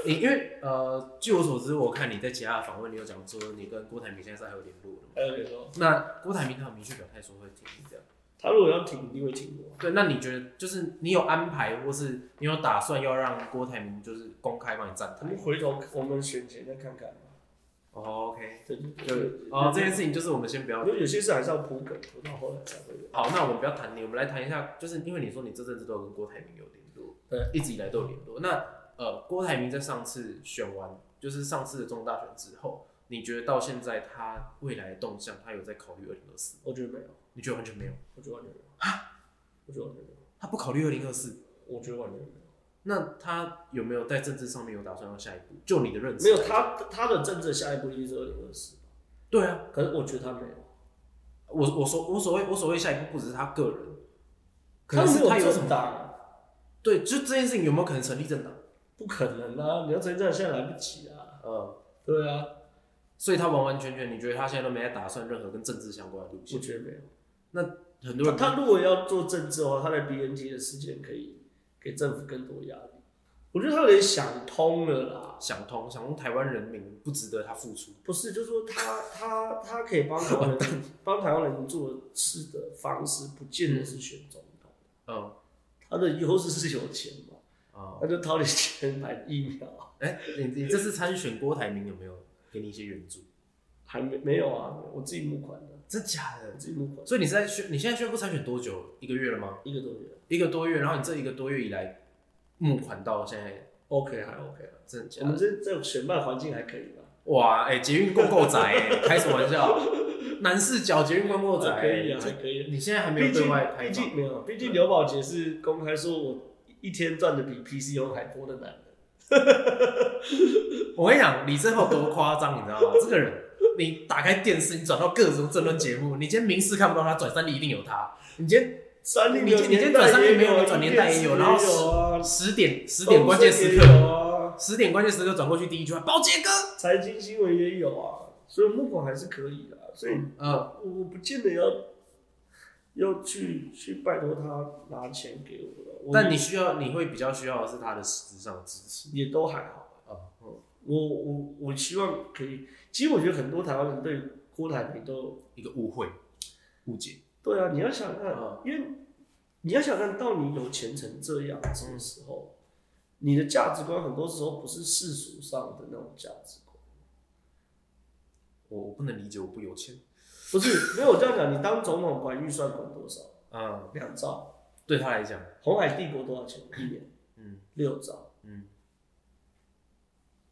Speaker 1: 你因为呃，据我所知，我看你在其他的访问，你有讲说你跟郭台铭现在是还有联络的嘛？
Speaker 2: 还有你说，
Speaker 1: 那郭台铭他有明确表态说会挺你这样。
Speaker 2: 他如果要停，一定会停我。
Speaker 1: 对，那你觉得就是你有安排，或是你有打算要让郭台铭就是公开帮你站
Speaker 2: 我
Speaker 1: 台
Speaker 2: 们？回头我们选前再看看嘛。
Speaker 1: 哦，OK，
Speaker 2: 对
Speaker 1: 就
Speaker 2: 对
Speaker 1: 哦，这件事情就是我们先不要
Speaker 2: 因为有些事还是要铺梗，铺到后来才会有。
Speaker 1: 好，那我们不要谈你，我们来谈一下，就是因为你说你这阵子都有跟郭台铭有联络，
Speaker 2: 对，
Speaker 1: 一直以来都有联络。那呃，郭台铭在上次选完，就是上次的中大选之后，你觉得到现在他未来的动向，他有在考虑二零二四？
Speaker 2: 我觉得没有，
Speaker 1: 你觉得完全没有？
Speaker 2: 我觉得完全没有。我觉得完全没有，
Speaker 1: 他不考虑二零二四，
Speaker 2: 我觉得完全没有。
Speaker 1: 那他有没有在政治上面有打算要下一步？就你的认识，
Speaker 2: 没有，他他的政策下一步一定是二零二四，
Speaker 1: 对啊，
Speaker 2: 可是我觉得他没有。
Speaker 1: 我我所我所谓我所谓下一步，不只是他个人，可
Speaker 2: 他
Speaker 1: 能是他
Speaker 2: 没
Speaker 1: 有什
Speaker 2: 政
Speaker 1: 么
Speaker 2: 党，
Speaker 1: 对，就这件事情有没有可能成立政党？
Speaker 2: 不可能啊！你要真正现在来不及啊。
Speaker 1: 嗯。
Speaker 2: 对啊，
Speaker 1: 所以他完完全全，你觉得他现在都没在打算任何跟政治相关的路
Speaker 2: 我
Speaker 1: 线？
Speaker 2: 觉得没有。
Speaker 1: 很多人
Speaker 2: 他他如果要做政治的话，他在 BNT 的事件可以给政府更多压力。我觉得他有点想通了啦。
Speaker 1: 想通，想通台湾人民不值得他付出。
Speaker 2: 不是，就是说他他他可以帮台湾人帮台湾人做事的方式，不见得是选总统。
Speaker 1: 嗯
Speaker 2: 他的优势是有钱嘛，
Speaker 1: 啊，
Speaker 2: 他就掏点钱买疫苗，
Speaker 1: 哎、你你这次参选郭台铭有没有给你一些援助？
Speaker 2: 还没没有啊，我自己募款的，
Speaker 1: 真假的
Speaker 2: 我？自己募款
Speaker 1: 所以你是在宣，你现在宣布参选多久？一个月了吗？
Speaker 2: 一个多月
Speaker 1: 一个多月，然后你这一个多月以来募款到现在，
Speaker 2: ，OK 还 OK 啊。
Speaker 1: 真的假
Speaker 2: 我们
Speaker 1: 的？
Speaker 2: 这这种选办环境还可以吧？
Speaker 1: 哇，哎、捷运够够窄、哎， *laughs* 开什么玩笑？南四角捷运够够窄、
Speaker 2: 还可以啊，
Speaker 1: 这
Speaker 2: 还可以啊。
Speaker 1: 你现在还没
Speaker 2: 毕
Speaker 1: 有对
Speaker 2: 竟
Speaker 1: 外开
Speaker 2: 毕
Speaker 1: 放
Speaker 2: 竟没有，毕
Speaker 1: 啊
Speaker 2: 竟刘宝杰是公开说我一天赚的比 PCO 还多的男人。
Speaker 1: 我跟你讲，李正浩多夸张，你知道吗？这个人，你打开电视，你转到各种争论节目，你今天明视看不到他，转三立一定有他。你今天
Speaker 2: 三零
Speaker 1: 你
Speaker 2: 九
Speaker 1: 今你今天
Speaker 2: 年
Speaker 1: 转
Speaker 2: 代
Speaker 1: 三立
Speaker 2: 也
Speaker 1: 没有
Speaker 2: 有，
Speaker 1: 你转年代也有然后
Speaker 2: 也有啊，
Speaker 1: 十点十点关键时
Speaker 2: 动森也
Speaker 1: 刻，
Speaker 2: 有啊，
Speaker 1: 十点关键时刻转过去第一句话，宝杰哥，
Speaker 2: 财经新闻也有啊，所以募款还是可以的啊。所以
Speaker 1: 嗯，
Speaker 2: 我不见得要要去去拜托他拿钱给我了，我
Speaker 1: 但你需要，你会比较需要的是他的实质上的支持。
Speaker 2: 也都还好。
Speaker 1: 哦，嗯
Speaker 2: 我我我希望可以，其实我觉得很多台湾人对郭台铭都
Speaker 1: 一个误会、误解。
Speaker 2: 对啊，你要想看
Speaker 1: 嗯，
Speaker 2: 因为你要想看到你有钱成这样子的时候，你的价值观很多时候不是世俗上的那种价值观，
Speaker 1: 我我不能理解，我不有钱。
Speaker 2: 不是没有我这样讲，你当总统管预算管多少？
Speaker 1: 嗯，
Speaker 2: 两兆。
Speaker 1: 对他来讲，
Speaker 2: 红海帝国多少钱一年？
Speaker 1: 嗯
Speaker 2: 六兆。
Speaker 1: 嗯，
Speaker 2: *laughs*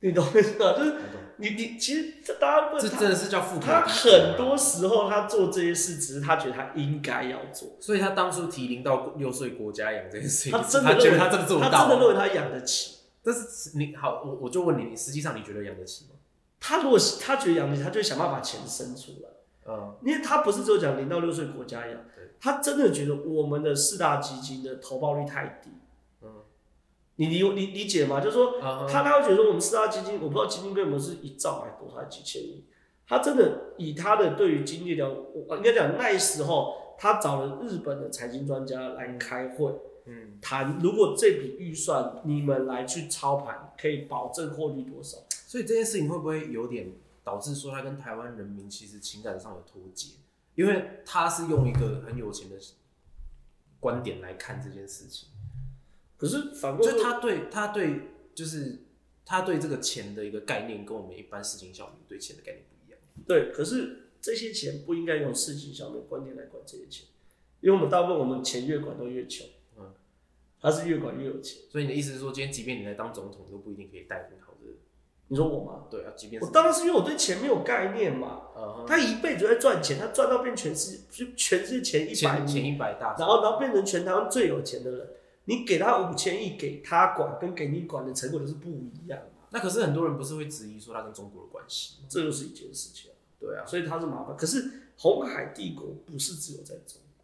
Speaker 2: 你懂我意思吗？就是
Speaker 1: 我懂。
Speaker 2: 你你其实这大家不
Speaker 1: 这真的是叫富可
Speaker 2: 他他
Speaker 1: 敌国啊
Speaker 2: 很多时候他做这些事，只是他觉得他应该要做，
Speaker 1: 所以他当初提零到六岁国家养这件事情，
Speaker 2: 他真
Speaker 1: 他
Speaker 2: 的
Speaker 1: 觉
Speaker 2: 认
Speaker 1: 得
Speaker 2: 为
Speaker 1: 他真的做不
Speaker 2: 他真的认
Speaker 1: 到。啊
Speaker 2: 为他养得起。
Speaker 1: 但是你好，我我就问你，你实际上你觉得养得起吗？
Speaker 2: 他如果是他觉得养得起，他就会想办法把钱生出来。
Speaker 1: 嗯，
Speaker 2: 因为他不是只有讲零到六岁国家养
Speaker 1: 对，
Speaker 2: 他真的觉得我们的四大基金的投报率太低。
Speaker 1: 嗯
Speaker 2: 你理你理解吗？就是说
Speaker 1: 嗯
Speaker 2: 他他会觉得说我们四大基金，我不知道基金规模是一兆还是多少，还是几千亿。他真的以他的对于经济的，我应该讲那时候他找了日本的财经专家来开会
Speaker 1: 嗯，
Speaker 2: 谈，如果这笔预算你们来去操盘，可以保证获利多少？
Speaker 1: 所以这件事情会不会有点导致说他跟台湾人民其实情感上有脱节？因为他是用一个很有钱的观点来看这件事情，
Speaker 2: 嗯可是反过
Speaker 1: 就
Speaker 2: 来
Speaker 1: 是，他对他对就是他对这个钱的一个概念，跟我们一般市井小民对钱的概念不一样。
Speaker 2: 对，可是这些钱不应该用事情上面观念来管这些钱，因为我们大部分我们钱越管都越穷，
Speaker 1: 嗯
Speaker 2: 他是越管越有钱。
Speaker 1: 所以你的意思是说，今天即便你来当总统，都不一定可以带领好这个
Speaker 2: 你说我吗？
Speaker 1: 对啊，即便
Speaker 2: 我
Speaker 1: 是
Speaker 2: 当然是因为我对钱没有概念嘛。
Speaker 1: 呃
Speaker 2: 他一辈子在赚钱，他赚到变全世就全世界前一百
Speaker 1: 前前
Speaker 2: 名，
Speaker 1: 一百大，
Speaker 2: 然后然后变成全台湾最有钱的人。你给他五千亿给他管，跟给你管的成果就是不一样嘛。
Speaker 1: 那可是很多人不是会质疑说他跟中国的关系吗？
Speaker 2: 这就是一件事情啊、
Speaker 1: 对啊，
Speaker 2: 所以他是麻烦。可是红海帝国不是只有在中国。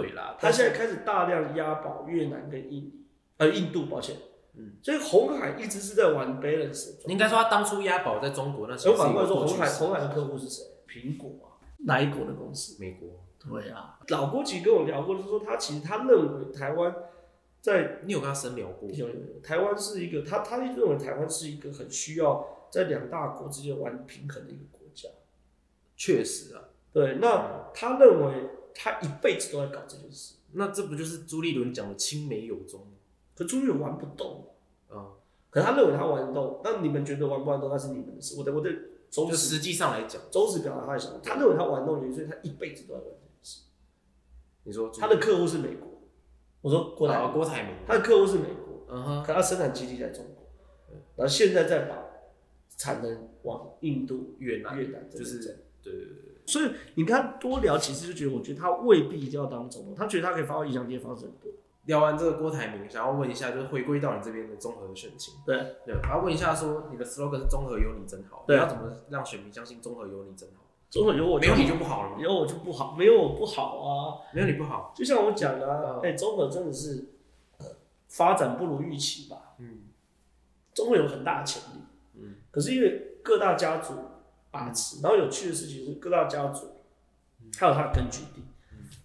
Speaker 1: 对啦，
Speaker 2: 他
Speaker 1: 但是
Speaker 2: 现在开始大量押宝越南跟印尼，呃，印度，抱歉，
Speaker 1: 嗯，
Speaker 2: 所以红海一直是在玩 balance 的状态。
Speaker 1: 你应该说他当初押宝在中国那时
Speaker 2: 而
Speaker 1: 候
Speaker 2: 哎反过来
Speaker 1: 是一个
Speaker 2: 说，
Speaker 1: 过去
Speaker 2: 红海
Speaker 1: 式
Speaker 2: 红海的客户是谁？苹果啊，哪一国的公司？
Speaker 1: 美国，
Speaker 2: 对啊，老郭其实跟我聊过，就是说他其实他认为台湾在
Speaker 1: 你有跟他深聊过？
Speaker 2: 有有有台湾是一个他他认为台湾是一个很需要在两大国之间玩平衡的一个国家。
Speaker 1: 确实啊，
Speaker 2: 对，那他认为他一辈子都在搞这件事，
Speaker 1: 那这不就是朱立伦讲的青梅有中吗？
Speaker 2: 可终于玩不动。
Speaker 1: 啊，
Speaker 2: 可他认为他玩得动，那你们觉得玩不玩得动那是你们的事。我的我的忠
Speaker 1: 就
Speaker 2: 实
Speaker 1: 实际上来讲，
Speaker 2: 忠实表达他的想法，他认为他玩得动原因，所以他一辈子都在玩这件事。
Speaker 1: 你说朱
Speaker 2: 他的客户是美国，我说郭台
Speaker 1: 啊
Speaker 2: 铭，
Speaker 1: 郭台铭，
Speaker 2: 他的客户是美国，
Speaker 1: 嗯哼，
Speaker 2: 可他生产基地在中国，然后现在再把产能往印度、
Speaker 1: 越南
Speaker 2: 越南这
Speaker 1: 就
Speaker 2: 边
Speaker 1: 是
Speaker 2: 走。
Speaker 1: 对对对对，
Speaker 2: 所以你跟他多聊，其实就觉得，我觉得他未必一定要当总统，他觉得他可以发挥影响力的方式很多。
Speaker 1: 聊完这个郭台铭，想要问一下，就是回归到你这边的综合选情。
Speaker 2: 对，
Speaker 1: 对，然后问一下说，你的 slogan 是“综合有你真好”，
Speaker 2: 对
Speaker 1: 你要怎么让选民相信综合有你真好？
Speaker 2: 总统有我
Speaker 1: 没
Speaker 2: 就
Speaker 1: 有
Speaker 2: 好
Speaker 1: 你就不好了吗？
Speaker 2: 有我就不好，没有我不好啊。
Speaker 1: 没有你不好，
Speaker 2: 就像我讲的、啊
Speaker 1: 嗯，
Speaker 2: 哎、中和真的是呃发展不如预期吧。
Speaker 1: 嗯，
Speaker 2: 中和有很大的潜力，
Speaker 1: 嗯，
Speaker 2: 可是因为各大家族把持，然后有趣的事情是各大家族，
Speaker 1: 嗯
Speaker 2: 还有它的根据地，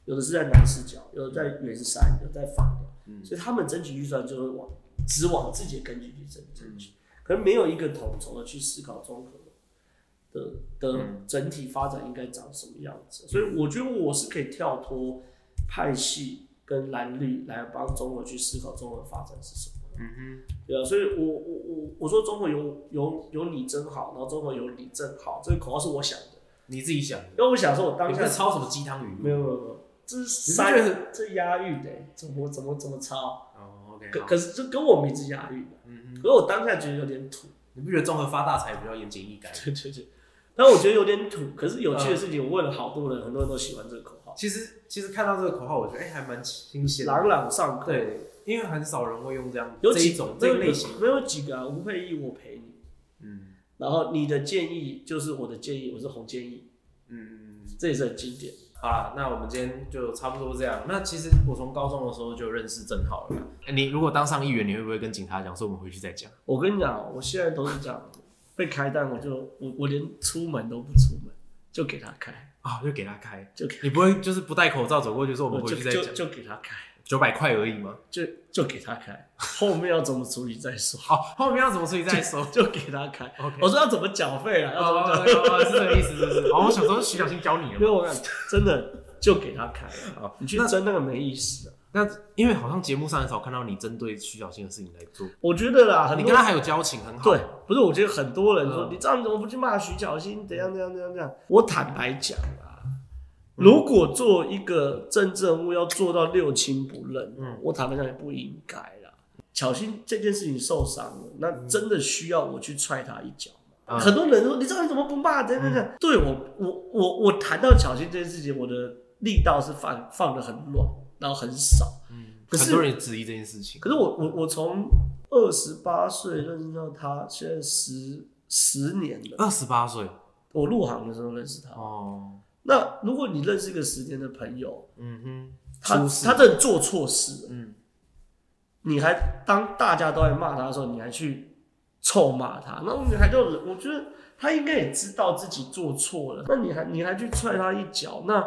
Speaker 2: 有的是在南市角，有的在圆山，有的在访寮，
Speaker 1: 嗯
Speaker 2: 所以他们争取预算就会往只往自己的根据地争争
Speaker 1: 嗯
Speaker 2: 取，可能没有一个统筹的去思考综合的的
Speaker 1: 嗯
Speaker 2: 整体发展应该长什么样子。所以我觉得我是可以跳脱派系跟蓝绿来帮综合去思考综合发展是什么。
Speaker 1: 嗯
Speaker 2: 对啊，所以我我我我说中国有有有你真好，然后中国有你真好，这个口号是我想的，
Speaker 1: 你自己想的，
Speaker 2: 因为我想说，我当
Speaker 1: 你不
Speaker 2: 下
Speaker 1: 是抄什么鸡汤语录？
Speaker 2: 没有没有没有，这是
Speaker 1: 你
Speaker 2: 三
Speaker 1: 不觉
Speaker 2: 这押韵的、欸怎么怎么怎么抄？
Speaker 1: 哦，OK，
Speaker 2: 可
Speaker 1: 好
Speaker 2: 可是这跟我名字押韵的，
Speaker 1: 嗯嗯，
Speaker 2: 可是我当下觉得有点土， *laughs*
Speaker 1: 你不觉得综合发大财比较言简意赅？
Speaker 2: 对对对，但我觉得有点土。可是有趣的事
Speaker 1: 嗯
Speaker 2: 情，我问了好多人，很多人都喜欢这个口号，
Speaker 1: 其实其实看到这个口号，我觉得哎、还蛮新鲜的。
Speaker 2: 朗朗上口。
Speaker 1: 对，因为很少人会用这样
Speaker 2: 有
Speaker 1: 这
Speaker 2: 几
Speaker 1: 一种
Speaker 2: 没
Speaker 1: 这
Speaker 2: 有
Speaker 1: 一类型。
Speaker 2: 没有几个啊，吴佩仪我陪你，
Speaker 1: 嗯
Speaker 2: 然后你的建议就是我的建议，我是红建议，
Speaker 1: 嗯，
Speaker 2: 这也是很经典。
Speaker 1: 好啦，那我们今天就差不多这样。那其实我从高中的时候就认识郑浩了啦。哎你如果当上议员，你会不会跟警察讲说我们回去再讲？
Speaker 2: 我跟你讲，我现在都是这样，被开单我就我我连出门都不出门，就给他开，
Speaker 1: 啊、就给他开。
Speaker 2: 就给
Speaker 1: 你不会就是不戴口罩走过去说我们
Speaker 2: 我
Speaker 1: 回
Speaker 2: 就
Speaker 1: 去再
Speaker 2: 就
Speaker 1: 讲？
Speaker 2: 就给他开，
Speaker 1: 九百块而已吗？
Speaker 2: 就就给他开，后面要怎么处理再说，
Speaker 1: 好，后面要怎么处理 *laughs* 再说。
Speaker 2: 就给他开。
Speaker 1: OK
Speaker 2: 我说要怎么缴费啊？要怎么缴？
Speaker 1: 哦，是这个意思，是不是？哦，我想说徐小新教你了
Speaker 2: 因为
Speaker 1: 嘛。
Speaker 2: 我讲真的就给他开，
Speaker 1: 好
Speaker 2: 你去
Speaker 1: 那
Speaker 2: 争那个没意思啊。
Speaker 1: 那因为好像节目上很少看到你针对徐小新的事情来做，
Speaker 2: 我觉得啦，很
Speaker 1: 你
Speaker 2: 多
Speaker 1: 跟他还有交情，很好。
Speaker 2: 对，不是，我觉得很多人说、
Speaker 1: 嗯
Speaker 2: 你这样你怎么不去骂徐小新？怎样怎样怎样怎样？我坦白讲啊，
Speaker 1: 嗯
Speaker 2: 如果做一个政治人物要做到六亲不认，
Speaker 1: 嗯
Speaker 2: 我坦白讲也不应该啦。小新这件事情受伤了，那真的需要我去踹他一脚吗？
Speaker 1: 嗯
Speaker 2: 很多人说你这样你怎么不骂？怎样怎样？对我，我我我谈到小新这件事情，我的力道是放放的很软，然后很少。
Speaker 1: 嗯，
Speaker 2: 可是
Speaker 1: 很多人也质疑这件事情。
Speaker 2: 可是我我我从二十八岁认识到他，现在十十年了。
Speaker 1: 二十八岁
Speaker 2: 我入行的时候认识他。
Speaker 1: 哦，
Speaker 2: 那如果你认识一个十年的朋友，
Speaker 1: 嗯
Speaker 2: 他
Speaker 1: 出事
Speaker 2: 他真的做错事
Speaker 1: 哼，
Speaker 2: 了，
Speaker 1: 嗯，
Speaker 2: 你还当大家都在骂他的时候，你还去臭骂他，那你还就我觉得他应该也知道自己做错了，那你还你还去踹他一脚，那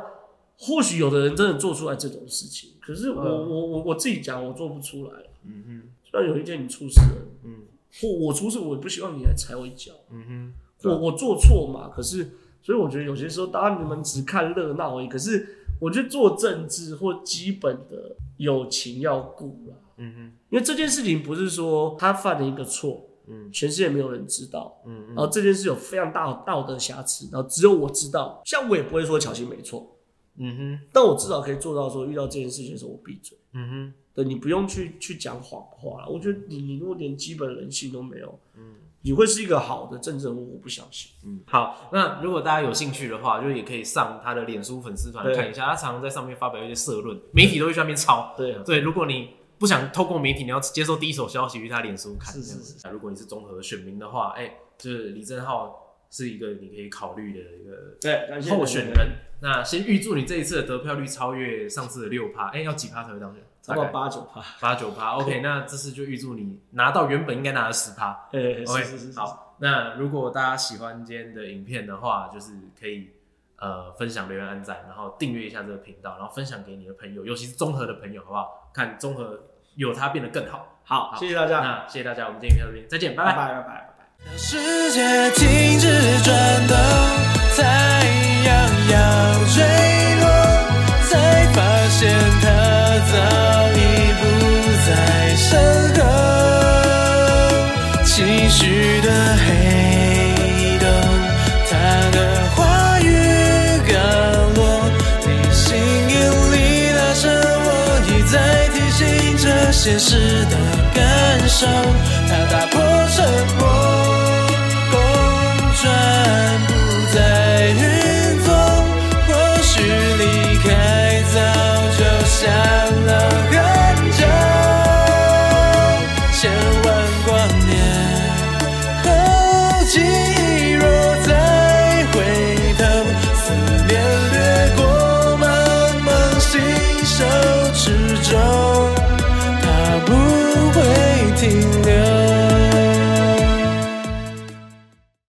Speaker 2: 或许有的人真的做出来这种事情，可是我、
Speaker 1: 嗯
Speaker 2: 我我我自己讲我做不出来了，
Speaker 1: 嗯
Speaker 2: 虽然有一天你出事了，
Speaker 1: 哼，嗯
Speaker 2: 或我出事，我也不希望你来踩我一脚。
Speaker 1: 嗯
Speaker 2: 我我做错嘛，可是所以我觉得有些时候，当然你们只看热闹而已，可是我觉得做政治或基本的友情要顾啦，
Speaker 1: 哼，嗯
Speaker 2: 因为这件事情不是说他犯了一个错，
Speaker 1: 哼，嗯
Speaker 2: 全世界没有人知道。
Speaker 1: 嗯
Speaker 2: 然后这件事有非常大的道德瑕疵，然后只有我知道，像我也不会说巧心没错，
Speaker 1: 嗯哼，
Speaker 2: 但我至少可以做到说遇到这件事情的时候我闭嘴，
Speaker 1: 嗯哼，
Speaker 2: 对你不用去去讲谎话啦我觉得你你如果连基本人性都没有，你会是一个好的政治人物，我不相信。
Speaker 1: 嗯，好。那如果大家有兴趣的话，就也可以上他的脸书粉丝团
Speaker 2: 对
Speaker 1: 看一下，他常常在上面发表一些社论，媒体都会去那边抄。
Speaker 2: 对啊，
Speaker 1: 对，如果你不想透过媒体，你要接受第一手消息，去他脸书看。
Speaker 2: 是是
Speaker 1: 这样子如果你是综合选民的话，哎、就是李正浩是一个你可以考虑的一个
Speaker 2: 对，感谢
Speaker 1: 候选人。那先预祝你这一次的得票率超越上次的六趴，哎、要几趴才会当选？
Speaker 2: 差不多八九趴。
Speaker 1: 八九趴。OK，那这次就预祝你拿到原本应该拿的十趴。
Speaker 2: 哎，
Speaker 1: OK，
Speaker 2: 是是是，好，
Speaker 1: 好。那如果大家喜欢今天的影片的话，就是可以呃分享、留言、按赞，然后订阅一下这个频道，然后分享给你的朋友，尤其是综合的朋友，好不好？看综合有它变得更好。
Speaker 2: 好，谢谢大家，
Speaker 1: 那谢谢大家，我们今天影片到这边，再见，拜拜
Speaker 2: 拜。拜拜拜拜拜。
Speaker 3: 当世界停止转动，太阳要坠落，才发现它早已不在身后。情绪的黑洞，它的话语降落，你心眼里那声我一再提醒着现实的感受，它打破沉默。